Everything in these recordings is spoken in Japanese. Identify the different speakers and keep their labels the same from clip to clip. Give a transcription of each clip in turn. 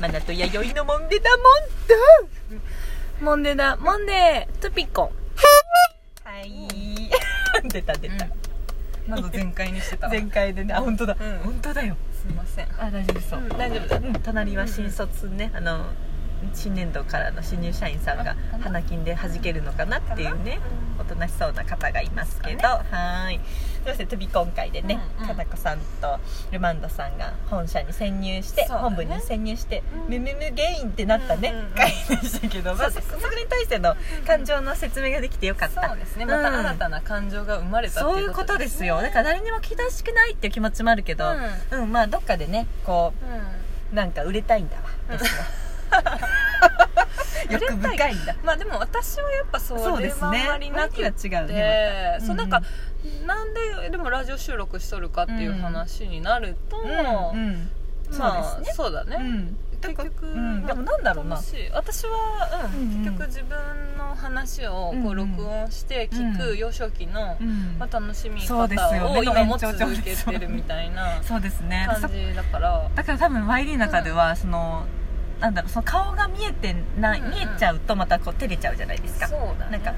Speaker 1: マナと弥生のモンデダモンダ
Speaker 2: モンデだモンデートピコ
Speaker 1: はい。 出た出た。
Speaker 2: まず全開にしてたわ
Speaker 1: 前回でね、あ、本当だ。
Speaker 2: うん
Speaker 1: 本当だよ。
Speaker 2: すいません。
Speaker 1: あ、大丈夫そううん大丈夫だ。うん隣は新卒ね、あの。新年度からの新入社員さんが
Speaker 2: あかな
Speaker 1: 花金で弾けるのかなっていうね
Speaker 2: う
Speaker 1: おとなしそうな方がいますけど、
Speaker 2: そ
Speaker 1: はーいそして飛び今回でね、
Speaker 2: うんうん
Speaker 1: かなこさんとルマンドさんが本社に潜入して、
Speaker 2: そうだね
Speaker 1: 本部に潜入して、
Speaker 2: うん
Speaker 1: ムムムゲインってなったね、
Speaker 2: うんうんうん
Speaker 1: 回でしたけど、まあ、そ
Speaker 2: そ
Speaker 1: う
Speaker 2: そうそう
Speaker 1: それに対しての感情の説明ができてよかった
Speaker 2: そうですね
Speaker 1: うん
Speaker 2: また新たな感情が生まれた
Speaker 1: そういうことですよだから誰にも聞き出しくないっていう気持ちもあるけど、うんまあどっかでねこ
Speaker 2: う
Speaker 1: う
Speaker 2: ん
Speaker 1: なんか売れたいんだわ私 は欲深いんだ
Speaker 2: まあでも私はやっぱそ
Speaker 1: そう
Speaker 2: れ
Speaker 1: で
Speaker 2: は
Speaker 1: す
Speaker 2: あ
Speaker 1: ね
Speaker 2: んまりなく
Speaker 1: 前期は違う
Speaker 2: て
Speaker 1: ねまた
Speaker 2: そう
Speaker 1: うんう
Speaker 2: なんんかなんででもラジオ収録しとるかっていう話になると
Speaker 1: うん、うん、
Speaker 2: ま
Speaker 1: そう
Speaker 2: あ
Speaker 1: ですね
Speaker 2: そうだ
Speaker 1: う
Speaker 2: ね
Speaker 1: ん
Speaker 2: 結局
Speaker 1: うん、でもなんだろうな
Speaker 2: 楽しい私はうん
Speaker 1: うんうん
Speaker 2: 結局自分の話をこ
Speaker 1: う
Speaker 2: うん
Speaker 1: うん
Speaker 2: 録音して聞
Speaker 1: う
Speaker 2: く
Speaker 1: ん
Speaker 2: 幼少期の
Speaker 1: うん
Speaker 2: まあ楽しみ
Speaker 1: そうです
Speaker 2: 方
Speaker 1: よ
Speaker 2: を
Speaker 1: ね
Speaker 2: 今も
Speaker 1: 延長上
Speaker 2: 続け
Speaker 1: ですよ
Speaker 2: て
Speaker 1: ね
Speaker 2: るみたい な
Speaker 1: そうですね
Speaker 2: 感
Speaker 1: そ
Speaker 2: じだから
Speaker 1: だから多分 YD の中では、そのなんだろうその顔が見えてない、
Speaker 2: うんうん
Speaker 1: 見えちゃうとまたこう照れちゃうじゃないですか
Speaker 2: そうだね
Speaker 1: なんか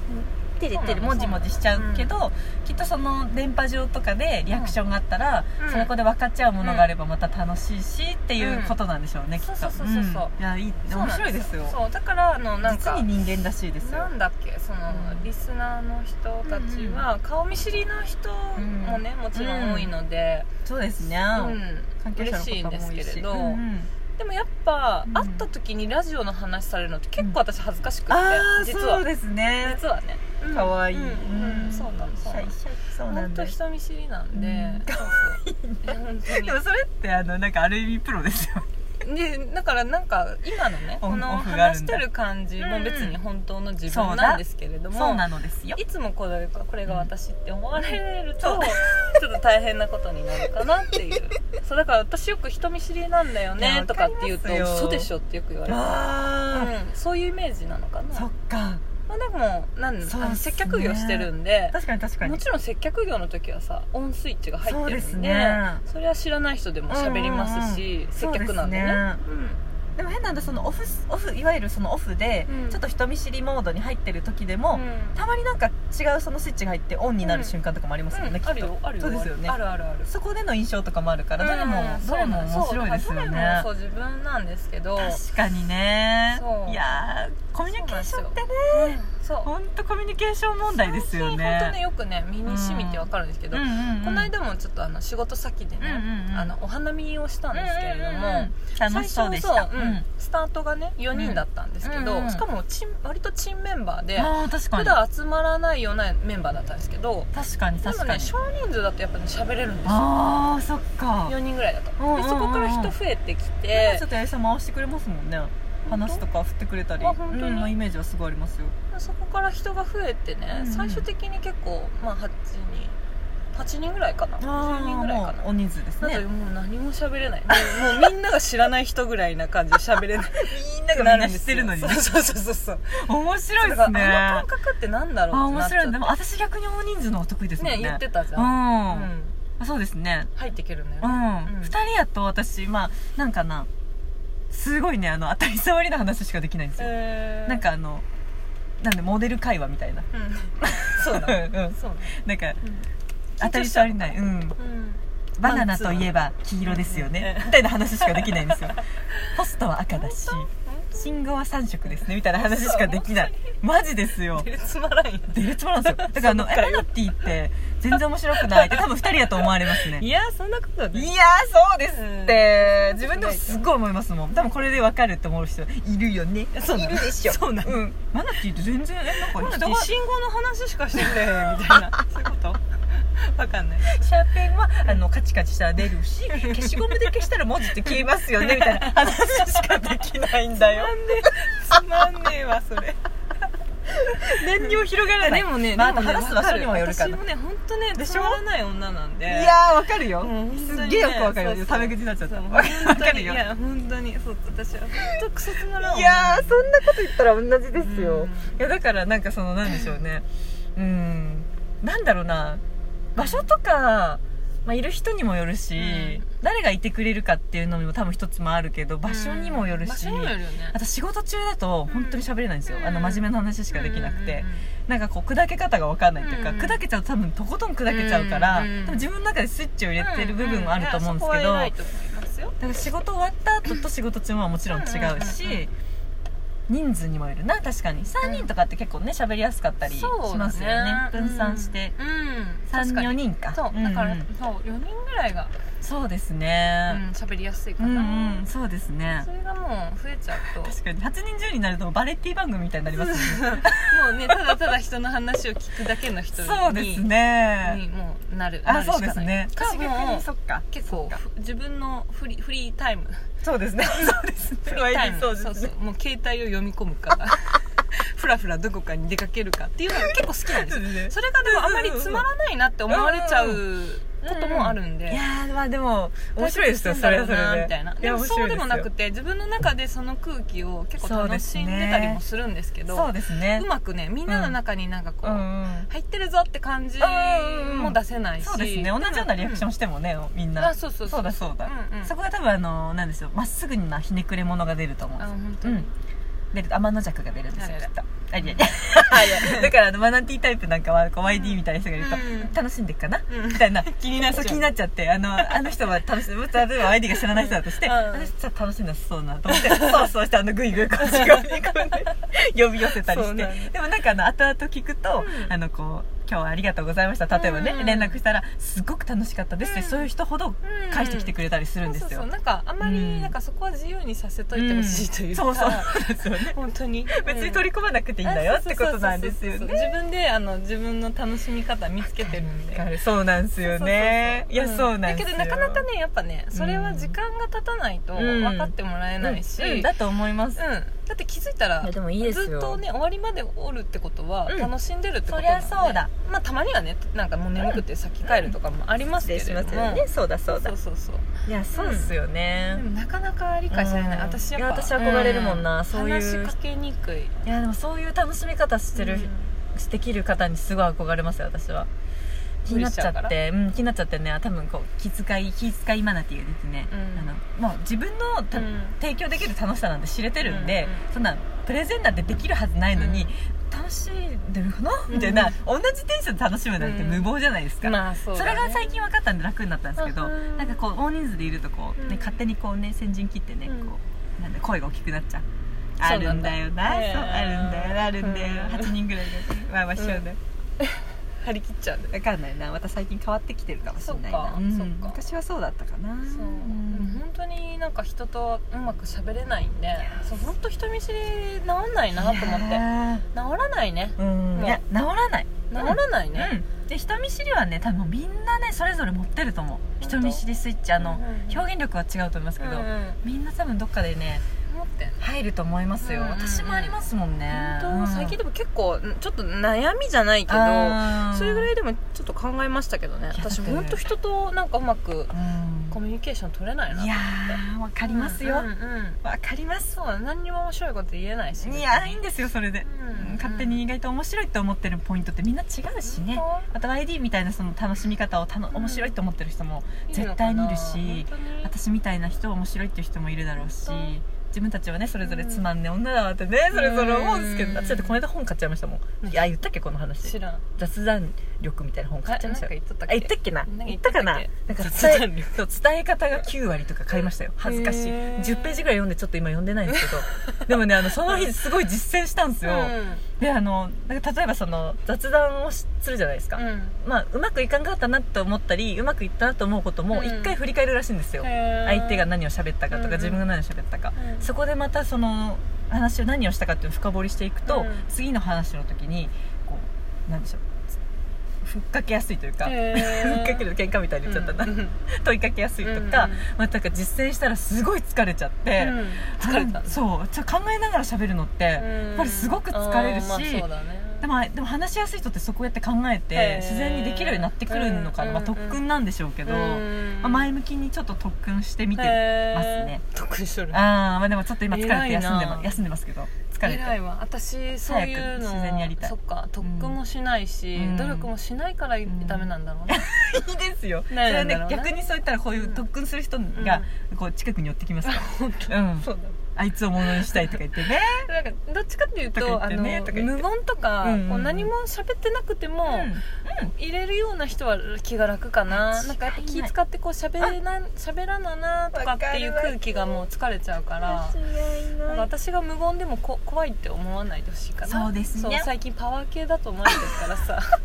Speaker 1: 照れ
Speaker 2: そうな
Speaker 1: て
Speaker 2: の
Speaker 1: るもじもじしちゃうけど、きっとその電波上とかでリアクションがあったら、
Speaker 2: うん
Speaker 1: その子で分かっちゃうものがあればまた楽しいしっていうことなんでしょうね、
Speaker 2: うん
Speaker 1: きっと
Speaker 2: そうそうそうそう
Speaker 1: うんいやいい
Speaker 2: そうなん
Speaker 1: 面白いですよ
Speaker 2: そうだからあのなんか
Speaker 1: 実に人間らしいですよ
Speaker 2: なんだっけその
Speaker 1: うん
Speaker 2: リスナーの人たちは顔見知りの人もねもちろん多いので、
Speaker 1: そうですね、
Speaker 2: うん
Speaker 1: 関係者の方も多
Speaker 2: 嬉しいんですけれど
Speaker 1: うんうん
Speaker 2: でもやっぱ、
Speaker 1: うん
Speaker 2: 会った時にラジオの話されるのって結構私恥ずかしくて、
Speaker 1: ああ
Speaker 2: 実
Speaker 1: そう
Speaker 2: は
Speaker 1: ですね
Speaker 2: 実はね
Speaker 1: 可愛い
Speaker 2: うんうんそうなのそうな
Speaker 1: シャ
Speaker 2: の
Speaker 1: イシャイそうな
Speaker 2: 本
Speaker 1: ん
Speaker 2: 当
Speaker 1: だ
Speaker 2: 人見知りなんで、
Speaker 1: うん
Speaker 2: そうそう本
Speaker 1: でもそれってあのなんかある意味プロです よ
Speaker 2: 当にでだからなんか今のね
Speaker 1: オン
Speaker 2: この
Speaker 1: オフがあ
Speaker 2: 話
Speaker 1: る
Speaker 2: し
Speaker 1: んだ
Speaker 2: てる感じも別に本当の自
Speaker 1: うんそう
Speaker 2: 分
Speaker 1: だ
Speaker 2: なんですけれども、
Speaker 1: そうなのですよ
Speaker 2: いつもこれこれが私って思われると、
Speaker 1: うん
Speaker 2: ちょっと大変なことになるかなっていうそうだから私よく人見知りなんだよ
Speaker 1: い
Speaker 2: ね
Speaker 1: や
Speaker 2: とかって言う
Speaker 1: わ
Speaker 2: と
Speaker 1: かりますよ
Speaker 2: 嘘でしょってよく言われる、
Speaker 1: あ
Speaker 2: うん、そういうイメージなのか
Speaker 1: あ
Speaker 2: な
Speaker 1: そっか
Speaker 2: まあ、でもなん
Speaker 1: そうっすね
Speaker 2: あの接客業してるんで
Speaker 1: 確かに確かに
Speaker 2: もちろん接客業の時はさオンスイッチが入ってるん
Speaker 1: そう
Speaker 2: で
Speaker 1: ですね
Speaker 2: それは知らない人でも喋ります
Speaker 1: うんうん
Speaker 2: し、
Speaker 1: うん
Speaker 2: 接客なんでね
Speaker 1: そうでも変なんだそのオフオフいわゆるそのオフで、
Speaker 2: うん
Speaker 1: ちょっと人見知りモードに入ってる時で
Speaker 2: う
Speaker 1: も
Speaker 2: ん、
Speaker 1: たまになんか違うそのスイッチが入ってオンになる瞬間とかもありますよね、
Speaker 2: うん
Speaker 1: きっと
Speaker 2: あるよあるよ
Speaker 1: そうですよね
Speaker 2: あるあるある
Speaker 1: そこでの印象とかもあるからどれも、
Speaker 2: うん
Speaker 1: どれも面白いですよね
Speaker 2: そう自分なんですけど
Speaker 1: 確かにね
Speaker 2: そう
Speaker 1: いやーコミュニケーションってね
Speaker 2: そう
Speaker 1: 本当コミュニケーション問題ですよね
Speaker 2: 最近本当ねよくね身に染みてわかるんですけど、
Speaker 1: うんうんうん
Speaker 2: この間もちょっとあの仕事先でね、
Speaker 1: うんうんうん
Speaker 2: あのお花見をしたんですけれども、
Speaker 1: うんうんうん楽しそうでした
Speaker 2: 最初そううんスタートがね4人だったんですけど、
Speaker 1: うんうん
Speaker 2: しかもチン割とチンメンバーで
Speaker 1: ああ確か
Speaker 2: 普
Speaker 1: に
Speaker 2: 段集まらないようなメンバーだったんですけど
Speaker 1: 確かに
Speaker 2: でも
Speaker 1: 確か
Speaker 2: ね
Speaker 1: に
Speaker 2: 少人数だとやっぱね喋れるんですよ
Speaker 1: ああそっか
Speaker 2: 4人ぐらいだと、
Speaker 1: うんうんうん
Speaker 2: でそこから人増えてき
Speaker 1: ね
Speaker 2: て
Speaker 1: ちょっと八重さん回してくれますもんね
Speaker 2: 本当
Speaker 1: 話とか振ってくれたり
Speaker 2: あ本当に
Speaker 1: うんイメージはすごいありますよ
Speaker 2: そこから人が増えてね、
Speaker 1: うんうん
Speaker 2: 最終的に結構、まあ、8人8人ぐらいかな10人ぐらいかな
Speaker 1: もうお人数です
Speaker 2: な
Speaker 1: ね
Speaker 2: んかもう何も喋れないもうもうみんなが知らない人ぐらいな感じで喋れない
Speaker 1: みん
Speaker 2: な
Speaker 1: ながみんな知ってるのに
Speaker 2: そう
Speaker 1: ね
Speaker 2: そうそうそうそう
Speaker 1: 面白いで
Speaker 2: だ
Speaker 1: す
Speaker 2: からあの
Speaker 1: ね
Speaker 2: 感覚ってなんだろう
Speaker 1: あ
Speaker 2: って
Speaker 1: 面
Speaker 2: なっちゃ
Speaker 1: 白
Speaker 2: う
Speaker 1: いでも私逆に大人数の方が得意ですもん
Speaker 2: ね
Speaker 1: ね
Speaker 2: 言ってたじ
Speaker 1: う
Speaker 2: ゃ
Speaker 1: ん
Speaker 2: ん、うん
Speaker 1: そうですね
Speaker 2: 入っていけるんだよ
Speaker 1: う
Speaker 2: ね、
Speaker 1: ん
Speaker 2: うん
Speaker 1: 2人やと私まあなんかなすごいねあの当たり障りな話しかできないんですよ
Speaker 2: えー
Speaker 1: なん、かあのなんでモデル会話みたいな
Speaker 2: うんそうだ、
Speaker 1: うん
Speaker 2: そうだ、
Speaker 1: なんか
Speaker 2: 緊張しちゃう
Speaker 1: 当たり障りないうん
Speaker 2: うん、
Speaker 1: バナナといえば黄色ですよねみたいな話しかできないんです よポストは赤だし信号は3色ですねみたいな話しかできないマジですよ
Speaker 2: えつまらんよ
Speaker 1: デレツボなんですよだからあの「えマナティって全然面白くない」って多分2人やと思われますね
Speaker 2: いやそんなことはないい
Speaker 1: やーそうですって自分でもすっごい思いますもん多分これで分かるって思う人いるよね
Speaker 2: そうなの
Speaker 1: いるでしょ
Speaker 2: そうなの
Speaker 1: ん、マナティーって全然えなんか人が
Speaker 2: 信号の話しかしてくれへんみたい なそういうことわかんない
Speaker 1: シャーペンはあのカチカチしたら出る し消しゴムで消したら文字って消えますよねみたいな話しかできないんだよ
Speaker 2: つまんねえわそ れ
Speaker 1: 何にも広がらない
Speaker 2: でもね、
Speaker 1: まあ、
Speaker 2: でもね
Speaker 1: 話す場所にもよるか
Speaker 2: 私
Speaker 1: な
Speaker 2: もね本当ね
Speaker 1: でし
Speaker 2: つ
Speaker 1: ょ
Speaker 2: まらない女なんで
Speaker 1: いやーわかるよ、
Speaker 2: もう本当
Speaker 1: す
Speaker 2: にね
Speaker 1: っげえよくわかる
Speaker 2: そうそ
Speaker 1: よ
Speaker 2: う
Speaker 1: タメ口になっちゃった
Speaker 2: そ う
Speaker 1: わ
Speaker 2: 本当
Speaker 1: か
Speaker 2: に
Speaker 1: る
Speaker 2: い
Speaker 1: よい
Speaker 2: や本当にそう私は本当クソつまらん女
Speaker 1: やーそんなこと言ったら同じですよ、
Speaker 2: う
Speaker 1: い
Speaker 2: ん
Speaker 1: やだからなんかそのなんでしょうねうんなんだろうな場所とかまあ、いる人にもよるし、
Speaker 2: うん
Speaker 1: 誰がいてくれるかっていうのも多分一つもあるけど場所にもよる
Speaker 2: 場
Speaker 1: し、
Speaker 2: 所にもよるよね
Speaker 1: あと仕事中だと本当に喋れないんですよ、
Speaker 2: うん
Speaker 1: あの真面目な話しかできなくて、
Speaker 2: うんうんうん
Speaker 1: なんかこう砕け方が分かんないっていうか、
Speaker 2: うん
Speaker 1: 砕けちゃうと多分とことん砕けちゃうから、
Speaker 2: うん
Speaker 1: 多分自分の中でスイッチを入れてる部分はあると思うんですけど、
Speaker 2: いやそこは偉いと思いますよ
Speaker 1: だから仕事終わった後と仕事中はもちろん違うし、
Speaker 2: うんうんうんうん
Speaker 1: 人数にもよるな確かに3人とかって結構ね喋りやすかったりしますよね
Speaker 2: そうだ
Speaker 1: 分散して、
Speaker 2: うん、確か
Speaker 1: 34
Speaker 2: に
Speaker 1: 人か
Speaker 2: そうだから、
Speaker 1: んん
Speaker 2: そう4人ぐらいが
Speaker 1: そうです
Speaker 2: うん
Speaker 1: ね、
Speaker 2: 喋、りやすいか
Speaker 1: うん、うん
Speaker 2: な、
Speaker 1: そうですね
Speaker 2: それがもう増えちゃうと
Speaker 1: 確かに8人10人になるとバレエティ番組みたいになりますね
Speaker 2: もうねただただ人の話を聞くだけの人に
Speaker 1: そうですね
Speaker 2: にもうなるな
Speaker 1: あ
Speaker 2: るし
Speaker 1: そ
Speaker 2: か
Speaker 1: う
Speaker 2: ない
Speaker 1: ですね
Speaker 2: かもう
Speaker 1: っか
Speaker 2: 結構ふ自分のフリフリータイム
Speaker 1: そうですねそうですね
Speaker 2: フリータイム
Speaker 1: そうで
Speaker 2: そう
Speaker 1: す
Speaker 2: そう
Speaker 1: ね
Speaker 2: もう携帯を読み込 むからふらふらどこかに出かけるかっていうのが結構好きなんですよ
Speaker 1: そうですね
Speaker 2: それがでもあんまりつまらないなって思われちゃうこともあるんで、
Speaker 1: いやーまあでも面白いですよそ
Speaker 2: 大
Speaker 1: れは
Speaker 2: 切
Speaker 1: そ
Speaker 2: にするんだろうな
Speaker 1: れで
Speaker 2: みたいなで
Speaker 1: や
Speaker 2: も
Speaker 1: 面白
Speaker 2: そう
Speaker 1: い
Speaker 2: ですも
Speaker 1: よ
Speaker 2: なくて自分の中でその空気を結構楽しんでたりもするんですけど
Speaker 1: そうですね
Speaker 2: うまくねみんなの中になんかこう、
Speaker 1: うん
Speaker 2: 入ってるぞって感じも出せないし、
Speaker 1: そうですね同じようなリアクション
Speaker 2: し
Speaker 1: してもねみん
Speaker 2: て
Speaker 1: な
Speaker 2: あそうそう
Speaker 1: そうだそうだ
Speaker 2: うんうん、
Speaker 1: そこが多分あのなんですよまっすぐなひねくれ者が出ると思うん
Speaker 2: あ
Speaker 1: ですよ
Speaker 2: 本当
Speaker 1: う
Speaker 2: に、
Speaker 1: ん出る天の弱が出るんですよ
Speaker 2: あ
Speaker 1: き
Speaker 2: れ
Speaker 1: っ
Speaker 2: れ
Speaker 1: とありゃり
Speaker 2: はい
Speaker 1: ゃだからあのマナティータイプなんかはこう YD みたいな人がいると
Speaker 2: うん
Speaker 1: 楽しんでっかな
Speaker 2: うん
Speaker 1: みたい な気にな
Speaker 2: っちゃう
Speaker 1: 気になっちゃってあのあの人は楽しんで例えば YD が知らない人だとして
Speaker 2: うん
Speaker 1: あの人は楽しんでそうなと思 ってそうそうしてあのグイグイこっち側にこうね呼び寄せたり
Speaker 2: そ
Speaker 1: し
Speaker 2: う
Speaker 1: て
Speaker 2: なんです
Speaker 1: でもなんかあの後々聞くと
Speaker 2: うん
Speaker 1: あのこう今日はありがとうございました例えばね
Speaker 2: うん
Speaker 1: 連絡したらすごく楽しかったですって
Speaker 2: うん
Speaker 1: そういう人ほど
Speaker 2: うん
Speaker 1: 返してきてくれたりするんです
Speaker 2: そうそうそ
Speaker 1: よ
Speaker 2: うなんかあんまり、
Speaker 1: うん
Speaker 2: なんかそこは自由にさせといてほしいというか、
Speaker 1: うんそう そうですよね
Speaker 2: 本当に
Speaker 1: 別に取り込まなくていいんだよってことなんですよ
Speaker 2: そうそうそうそう
Speaker 1: ね
Speaker 2: 自分であの自分の楽しみ方見つけてるんで
Speaker 1: そうなんですよねい
Speaker 2: そ
Speaker 1: や
Speaker 2: うそうそう
Speaker 1: そうなんですよ
Speaker 2: だけどなかなかねやっぱねそれは時間が経たないと
Speaker 1: うん
Speaker 2: 分かってもらえないし、
Speaker 1: うんうんだと思います
Speaker 2: うんだって気づいたら
Speaker 1: いやでもいいですよ
Speaker 2: ずっとね終わりまでおるってことは
Speaker 1: うん
Speaker 2: 楽しんでるってこと
Speaker 1: そり
Speaker 2: な
Speaker 1: ゃ
Speaker 2: んで
Speaker 1: そうだ
Speaker 2: まあたまにはねなんかもう眠くて先帰るとかもありますけれども、
Speaker 1: そうだそうだ
Speaker 2: そうそうそう
Speaker 1: いやそうっすよね
Speaker 2: でもなかなか理解されない、
Speaker 1: うん
Speaker 2: 私やっぱ
Speaker 1: いや私憧れるもんなそういう
Speaker 2: 話しかけにくい
Speaker 1: いやでもそういう楽しみ方してるできる方にすごい憧れますよ私は気になっちゃ
Speaker 2: 無理
Speaker 1: っ
Speaker 2: しち
Speaker 1: てうん気になっちゃってね多分こう気遣い気遣いマナティーがですね
Speaker 2: うん
Speaker 1: あのもう自分のた
Speaker 2: うん
Speaker 1: 提供できる楽しさなんて知れてるんで
Speaker 2: うんう
Speaker 1: そんなプレゼンなんてできるはずないの
Speaker 2: う
Speaker 1: に
Speaker 2: ん
Speaker 1: 楽しんでるかな
Speaker 2: うん
Speaker 1: みたいな同じテンションで楽しむなんて無謀じゃないですか
Speaker 2: まあそう
Speaker 1: そ
Speaker 2: だね
Speaker 1: れが最近分かったんで楽になったんですけ
Speaker 2: う
Speaker 1: ど
Speaker 2: ん
Speaker 1: なんかこう大人数でいるとこう、ね
Speaker 2: うん
Speaker 1: 勝手にこうね先陣切ってね、
Speaker 2: うん
Speaker 1: こうなんだ声が大きくなっちゃう
Speaker 2: そ
Speaker 1: あ
Speaker 2: うな
Speaker 1: る
Speaker 2: ん
Speaker 1: ん
Speaker 2: だ
Speaker 1: だよなそう
Speaker 2: ねえ
Speaker 1: あるんだよなあるんだよ
Speaker 2: うん
Speaker 1: 8人ぐらいがねわーわーしようね、
Speaker 2: 張り切っちゃうね
Speaker 1: 分かんないなまた最近変わってきてるかもしれないな
Speaker 2: そっか
Speaker 1: ん
Speaker 2: そっか
Speaker 1: 昔はそうだったかな
Speaker 2: そう、
Speaker 1: ん
Speaker 2: でも本当になんか人とうまく喋れないんでそう本当人見知り治んないなと思っ
Speaker 1: い
Speaker 2: て
Speaker 1: や
Speaker 2: 治らないね
Speaker 1: ーうん
Speaker 2: もう
Speaker 1: いや治らない
Speaker 2: 治らないね、
Speaker 1: うんで人見知りはね多分みんなねそれぞれ持ってると思う
Speaker 2: 当
Speaker 1: 人見知りスイッチあの、
Speaker 2: うんうんうん
Speaker 1: 表現力は違うと思いますけど、
Speaker 2: うんうん
Speaker 1: みんな多分どっかでね
Speaker 2: 思って
Speaker 1: 入ると思いますよ、
Speaker 2: うんうんうん
Speaker 1: 私もありますもんね
Speaker 2: 本当最近でも結構ちょっと悩みじゃないけどそれぐら
Speaker 1: い、
Speaker 2: いでもちょっと考えましたけどね
Speaker 1: いや
Speaker 2: 私
Speaker 1: だって
Speaker 2: 本当人となんかうまく
Speaker 1: うん
Speaker 2: コミュニケーション取れないない
Speaker 1: やーわかりますよわ
Speaker 2: う、んうん
Speaker 1: かります
Speaker 2: そう何にも面白いこと言えないし
Speaker 1: いやいいんですよそれで、
Speaker 2: うん
Speaker 1: 勝手に意外と面白いと思ってるポイントってみんな違うしね
Speaker 2: 本
Speaker 1: また YD みたいなその楽しみ方をたの
Speaker 2: うん
Speaker 1: 面白いと思ってる人も
Speaker 2: 当
Speaker 1: 絶対にいるし
Speaker 2: いいのかな本当に
Speaker 1: 私みたいな人は面白いっていう人もいるだろうし
Speaker 2: 本
Speaker 1: 自分たちはねそれぞれつまんねえ女だわってねそれぞれ思うんですけ
Speaker 2: うん
Speaker 1: ど私だってこの間本買っちゃいましたもんいや言ったっけこの話
Speaker 2: 知らん
Speaker 1: 雑談力みたいな本買っちゃいましたよ
Speaker 2: えなんか言っとったっ
Speaker 1: あ
Speaker 2: け
Speaker 1: 言ったっけな
Speaker 2: なんか
Speaker 1: 言
Speaker 2: 言っ
Speaker 1: ったた
Speaker 2: っけ
Speaker 1: かななんか
Speaker 2: 雑
Speaker 1: 伝
Speaker 2: 談
Speaker 1: え
Speaker 2: 力
Speaker 1: そう伝え方が9割とか買いましたよ恥ずかしい
Speaker 2: へー
Speaker 1: 10ページぐらい読んでちょっと今読んでないんですけど でもねあのその日すごい実践したんですよ、であのなんか例えばその雑談をしするじゃないですか、
Speaker 2: うんうん
Speaker 1: まあうまくいかんかったなと思ったりうまくいったなと思うこと
Speaker 2: う
Speaker 1: も
Speaker 2: ん
Speaker 1: 一回振り返るらしいんですよ、相手が何を喋ったかと
Speaker 2: うん
Speaker 1: か自分が何を喋ったか、
Speaker 2: うん
Speaker 1: そこでまたその話を何をしたかっていうのを深掘りしていくと、
Speaker 2: うん
Speaker 1: 次の話の時にこうなんでしょうふっかけやすいというか、
Speaker 2: へ
Speaker 1: ふ
Speaker 2: ー
Speaker 1: っかける喧嘩みたいに言っちゃったな、
Speaker 2: うん
Speaker 1: 問いかけやすいとか、
Speaker 2: うんうん
Speaker 1: まあ、なんか実践したらすごい疲れちゃって、
Speaker 2: うん疲れた
Speaker 1: そうちょっと考えながら喋るのって、やっぱりすごく疲れるし、
Speaker 2: うんまあそうだね
Speaker 1: でもでも話しやすい人ってそこやって考え
Speaker 2: へ
Speaker 1: て
Speaker 2: ー
Speaker 1: 自然にできるようになってくるのかな、
Speaker 2: うん
Speaker 1: まあ、特訓なんでしょうけど、
Speaker 2: うん
Speaker 1: まあ、前向きにちょっと特訓してみてますね
Speaker 2: へー得意しとる
Speaker 1: ああまあでもちょっと今疲れ
Speaker 2: 偉
Speaker 1: て
Speaker 2: いな
Speaker 1: 休んでます休んでますけど疲れて
Speaker 2: 偉 いわ私そういうの
Speaker 1: 早く自然にやりたい
Speaker 2: そっか特訓もしないし、
Speaker 1: うん
Speaker 2: 努力もしないから
Speaker 1: ん
Speaker 2: ダメなんだろうね、
Speaker 1: いいですよそ
Speaker 2: ね
Speaker 1: れはね
Speaker 2: なんだろうね
Speaker 1: 逆にそういったらこういう特訓する人がこう近くに寄ってきますから、
Speaker 2: 本当
Speaker 1: うん
Speaker 2: そう
Speaker 1: あいつをものにしたいとか言ってね
Speaker 2: だなんかどっちかっていうと
Speaker 1: とか言
Speaker 2: あ
Speaker 1: って
Speaker 2: の
Speaker 1: ねとか言って
Speaker 2: 無言とか、
Speaker 1: うん
Speaker 2: こう何も喋ってなくても、
Speaker 1: うん
Speaker 2: 入れるような人は気が楽か
Speaker 1: 間違い
Speaker 2: な
Speaker 1: ない
Speaker 2: なんかやっぱ気使ってこう喋れな喋らななとかっていう
Speaker 1: わかるわ
Speaker 2: 空気がもう疲れちゃうからなんか私が無言でもこ怖いって思わないでほしいかな
Speaker 1: そうですね
Speaker 2: そう最近パワー系だと思われてるからさ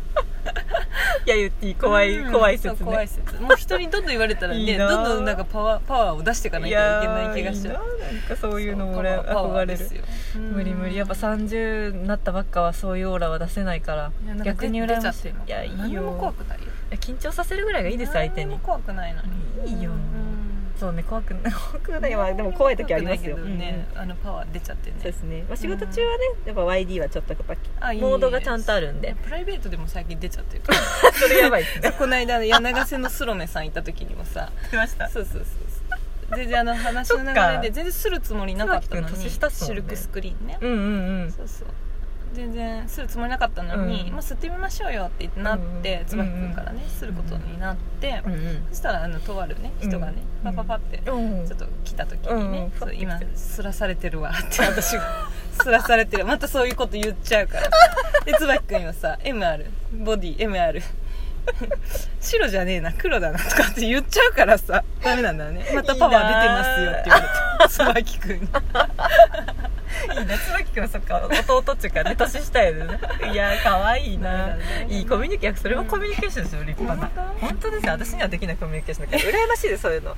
Speaker 1: いや言っていい怖い、
Speaker 2: うん
Speaker 1: 怖い
Speaker 2: そう
Speaker 1: 説
Speaker 2: 怖
Speaker 1: ね
Speaker 2: い説もう人にどんどん言われたら
Speaker 1: い
Speaker 2: ね
Speaker 1: いな
Speaker 2: どんどんなんかパワーパワーを出していかないきゃいけ
Speaker 1: や
Speaker 2: な
Speaker 1: ー
Speaker 2: い気がしちゃう
Speaker 1: いいななんかそういうのも
Speaker 2: そう
Speaker 1: 俺
Speaker 2: パワーパワ
Speaker 1: 憧れ
Speaker 2: ーです
Speaker 1: る
Speaker 2: ようん
Speaker 1: 無理無理やっぱ30になったばっかはそういうオーラは出せないから
Speaker 2: いやなんか
Speaker 1: 逆に
Speaker 2: 出
Speaker 1: 羨
Speaker 2: ちゃ
Speaker 1: ま
Speaker 2: っ
Speaker 1: してい
Speaker 2: るの
Speaker 1: いやいい
Speaker 2: 何も怖
Speaker 1: よ
Speaker 2: くないよ
Speaker 1: いや緊張させるぐらいがいいです相手
Speaker 2: 何
Speaker 1: に
Speaker 2: も怖くないのに
Speaker 1: いいよ
Speaker 2: うん
Speaker 1: そうね怖くない 怖くないわでも怖い時ありますよ、
Speaker 2: 怖くないけどね、あのパワー出ちゃってね
Speaker 1: そうですね、まあ、仕事中はねやっぱ YD はちょっとやっぱ
Speaker 2: あいい
Speaker 1: モードがちゃんとあるんで
Speaker 2: プライベートでも最近出ちゃっ てるか ら
Speaker 1: それやばいですね
Speaker 2: この間あの柳瀬のスロメさん行った時にもさ
Speaker 1: 言ってました
Speaker 2: そうそうそうそう全然あの話の流れで全然するつもりなかったの
Speaker 1: そっか
Speaker 2: に
Speaker 1: 年下っすもん
Speaker 2: シ
Speaker 1: ね
Speaker 2: ルクスクリーンね、
Speaker 1: うんうんうん
Speaker 2: そうそう全然するつもりなかったのに、
Speaker 1: うん
Speaker 2: まあ吸ってみましょうよって言ってなって、
Speaker 1: うん
Speaker 2: 椿君からねすることになって、
Speaker 1: うんうん
Speaker 2: そしたらあのとあるね人がね、
Speaker 1: う
Speaker 2: パ
Speaker 1: ん
Speaker 2: パパって
Speaker 1: うん
Speaker 2: ちょっと来た時にね、
Speaker 1: うん
Speaker 2: そう今すらされてるわって私 がすらされてるまたそういうこと言っちゃうからで椿君はさ MR ボディ MR 白じゃねえな黒だなとかって言っちゃうからさダメなんだよねまたパワー出て ますよって言われて椿君に
Speaker 1: いいな椿君はそっか弟っちゅうかね年下やでねいや可愛いな、いいコミュニケーションそれもコミュニケーションですよ立派な
Speaker 2: 本当
Speaker 1: 本当ですよ私にはできないコミュニケーションだ から羨ましいですそういうの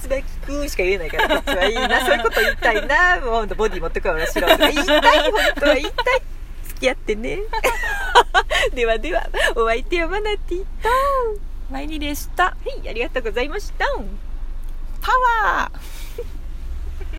Speaker 1: 椿君しか言えないからこっちはいい なそういうこと言いたいなもうほんとボディ持ってこい俺は白言いたい本当は言いたい付き合って ねではではお相手はマナティと
Speaker 2: 前にでした
Speaker 1: はいありがとうございました
Speaker 2: パワー